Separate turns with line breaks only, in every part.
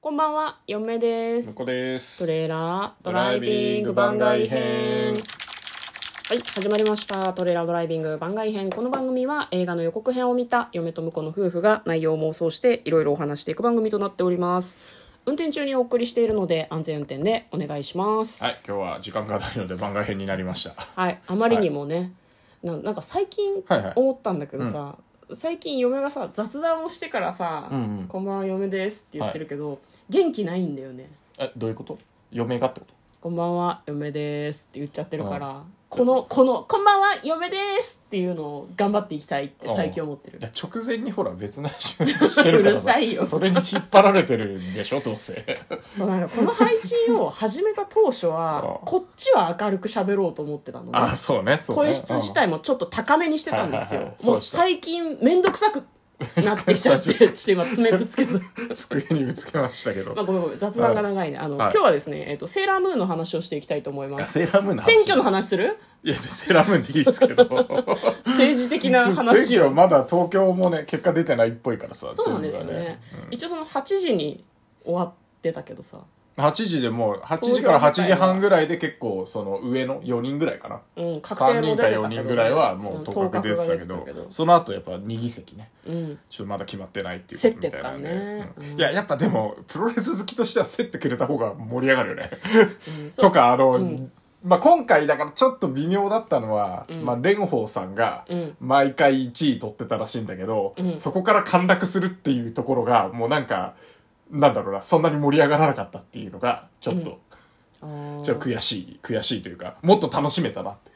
こんばんは、嫁です。
こです
トレーラード
ド
ラ
ラ
イ
イ
ビ
ビ
ン
ン
グ
グ
番
番
外
外
編
編。
はい、始まりました。トレーラードライビング番外編。この番組は映画の予告編を見た嫁と婿の夫婦が内容を妄想していろいろお話していく番組となっております。運転中にお送りしているので安全運転でお願いします。
はい今日は時間がないので番外編になりました
はい、あまりにもね、ななんか最近
はいはい
思ったんだけどさ、最近嫁がさ、雑談をしてからさ、
うんうん
こんばんは嫁ですって言ってるけど、元気ないんだよね。
えどういうこと嫁がってこ
こんばんは、嫁ですって言っちゃってるから、この、この、こんばんは、嫁ですっていうのを頑張っていきたいって最近思ってる
とい。や直前にほら別な趣味してるから
うるさいよ
それに引っ張られてるんでしょどうせ、
そう、なんかこの配信を始めた当初は
うん
こっちは明るく喋ろうと思ってたの
あ
ね。
そうねそうね
声質自体もちょっと高めにしてたんです
はいは
よ
い。はい
もう
そうでした
最近めんどくさくなってきちゃ って、ちょっと今爪ぶつけた。
うん机にぶつけました けど、
まあごめんごめん、雑談が長いね。あの、
はい
今日はですね、えっ、と、セーラームーンの話をしていきたいと思います。
セーラームーンの話
選挙の話す る
いやセーラームーンでいいですけ ど
政治的な
選
話を
挙。まだ東京もね結果出てないっぽいからさ
そうなんですよね
全部がうん
一応その8時に終わってたけどさ、
8時でもう8時から8時半ぐらいで結構その上の4人ぐらいかな
うん、確定
3
も
人
出てたけ
か4
どね、
人ぐらいはもう当
当
確
確
出
が
てた
出
け
て
ど,、
たけど、
その後やっぱ2議席ね
うん、
ちょっとまだ決まってないっていう
競ってっからね
みたいなうん
うん
いややっぱでもプロレス好きとしては競ってくれた方が盛り上がるよね
うんそう
とかあの、
ん
まあ、今回だからちょっと微妙だったのは、
うん
まあ、蓮舫さんが
うん
毎回1位取ってたらしいんだけど、
うん
そこから陥落するっていうところがもうなんかなんだろうなそんなに盛り上がらなかったっていうのがちょっと、
あー
ちょっと悔しい悔しいというかもっと楽しめたなって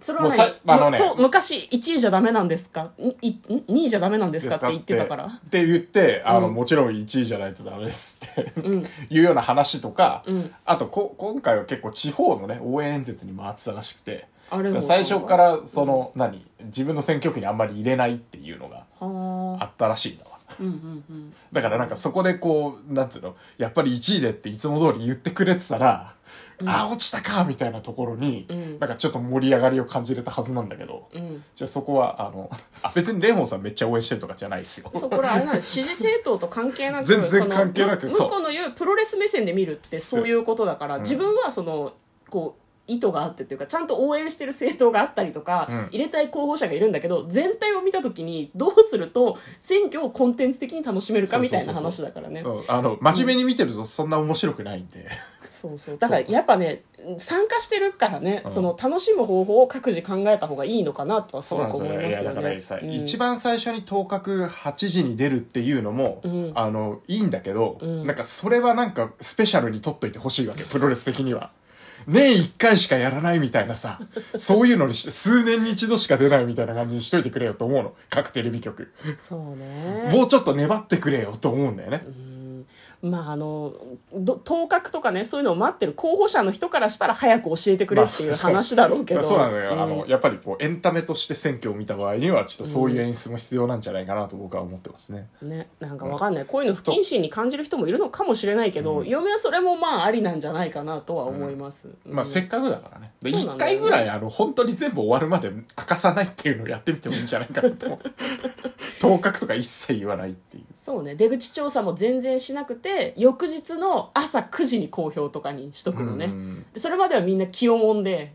それは
もうさ
ね
あのね
と昔1位じゃダメなんですか2位じゃダメなんですかって言ってたから
ってって言ってあの、
うん
もちろん1位じゃないとダメですって
うん
いうような話とか、
うん
あとこ今回は結構地方のね応援演説に回ってたらしくて
あれもそう
最初からその、何自分の選挙区にあんまり入れないっていうのが
は
あ
あ
ったらしいんだわ
うんうんうん
だからなんかそこでこうなんつうのやっぱり1位でっていつも通り言ってくれてたら、あ落ちたかみたいなところに、
うん
なんかちょっと盛り上がりを感じれたはずなんだけど、
うん
じゃあそこはあのあ別に蓮舫さんめっちゃ応援してるとかじゃないですよ
そうこれあれなんです支持政党と関係なく
全然関係なく
そ
そ
の
う
向こうの言うプロレス目線で見るってそういうことだから、
ん
自分はそのこう意図があってっていうかちゃんと応援してる政党があったりとか、
うん
入れたい候補者がいるんだけど全体を見た時にどうすると選挙をコンテンツ的に楽しめるかみたいな
そうそう
話
そう
だからね
うんあの真面目に見てるとそんな面白くないんで、
そうそうだからやっぱね参加してるからね、
うん
その楽しむ方法を各自考えた方がいいのかなとはす
そう
ご
なん
く思い
ですよね。
ま
い
す
や
よ
だから
ね
さ、。
うん
一番最初に当確8時に出るっていうのも、
うん
あのいいんだけど、
うん
なんかそれはなんかスペシャルに取っといてほしいわけプロレス的には。年1回しかやらないみたいなさ、そういうのにして、数年に一度しか出ないみたいな感じにしといてくれよと思うの。各テレビ局。
そうね
もうちょっと粘ってくれよと思うんだよね。
うんまああのど当確とかねそういうのを待ってる候補者の人からしたら早く教えてくれっていう
まあそう
話だろうけど、
そうなのよ、あ
う
の
ん
やっぱりこうエンタメとして選挙を見た場合にはちょっとそういう演出も必要なんじゃないかなと僕は思ってますね、
ね、なんかわかんないこういうの不謹慎に感じる人もいるのかもしれないけど、嫁はそれもまあありなんじゃないかなとは思います、うん
まあせっかくだからねで
そうなん
1
だよね
回ぐらいあの本当に全部終わるまで明かさないっていうのをやってみてもいいんじゃないかな と思う当確とか一切言わないっていう
そうね出口調査も全然しなくて翌日の朝9時に公表とかにしとくのね、
うん
でそれまではみんな気をもんで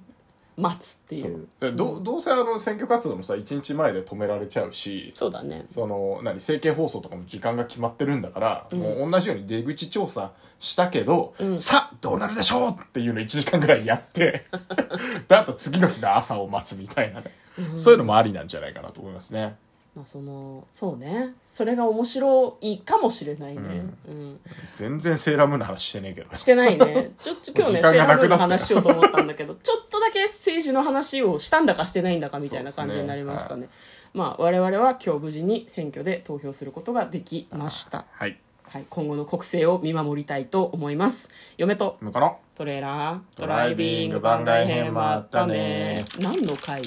待つってい
そううでどうどうせあの選挙活動もさ1日前で止められちゃうし
そうだね
その何政見放送とかも時間が決まってるんだから、
うん
もう同じように出口調査したけど、
うん
さあどうなるでしょうっていうの1時間ぐらいやって であと次の日の朝を待つみたいなね、そういうのもありなんじゃないかなと思いますね
まあそのそうねそれが面白いかもしれないね、うん
全然セーラームーンの話してねえけど
してない ね。ちょ、ちょ今日ね、
時間
セー
が
ラームー
なくなった
ンの話しようと思ったんだけど、 ちょっとだけ政治の話をしたんだかしてないんだかみたいな感じになりましたね。まあ、我々は今日無事に選挙で投票することができました。
はい
はい、今後の国政を見守りたいと思います。嫁と
向こうの
トレーラー、
ドライビング番外編もあったね
何の回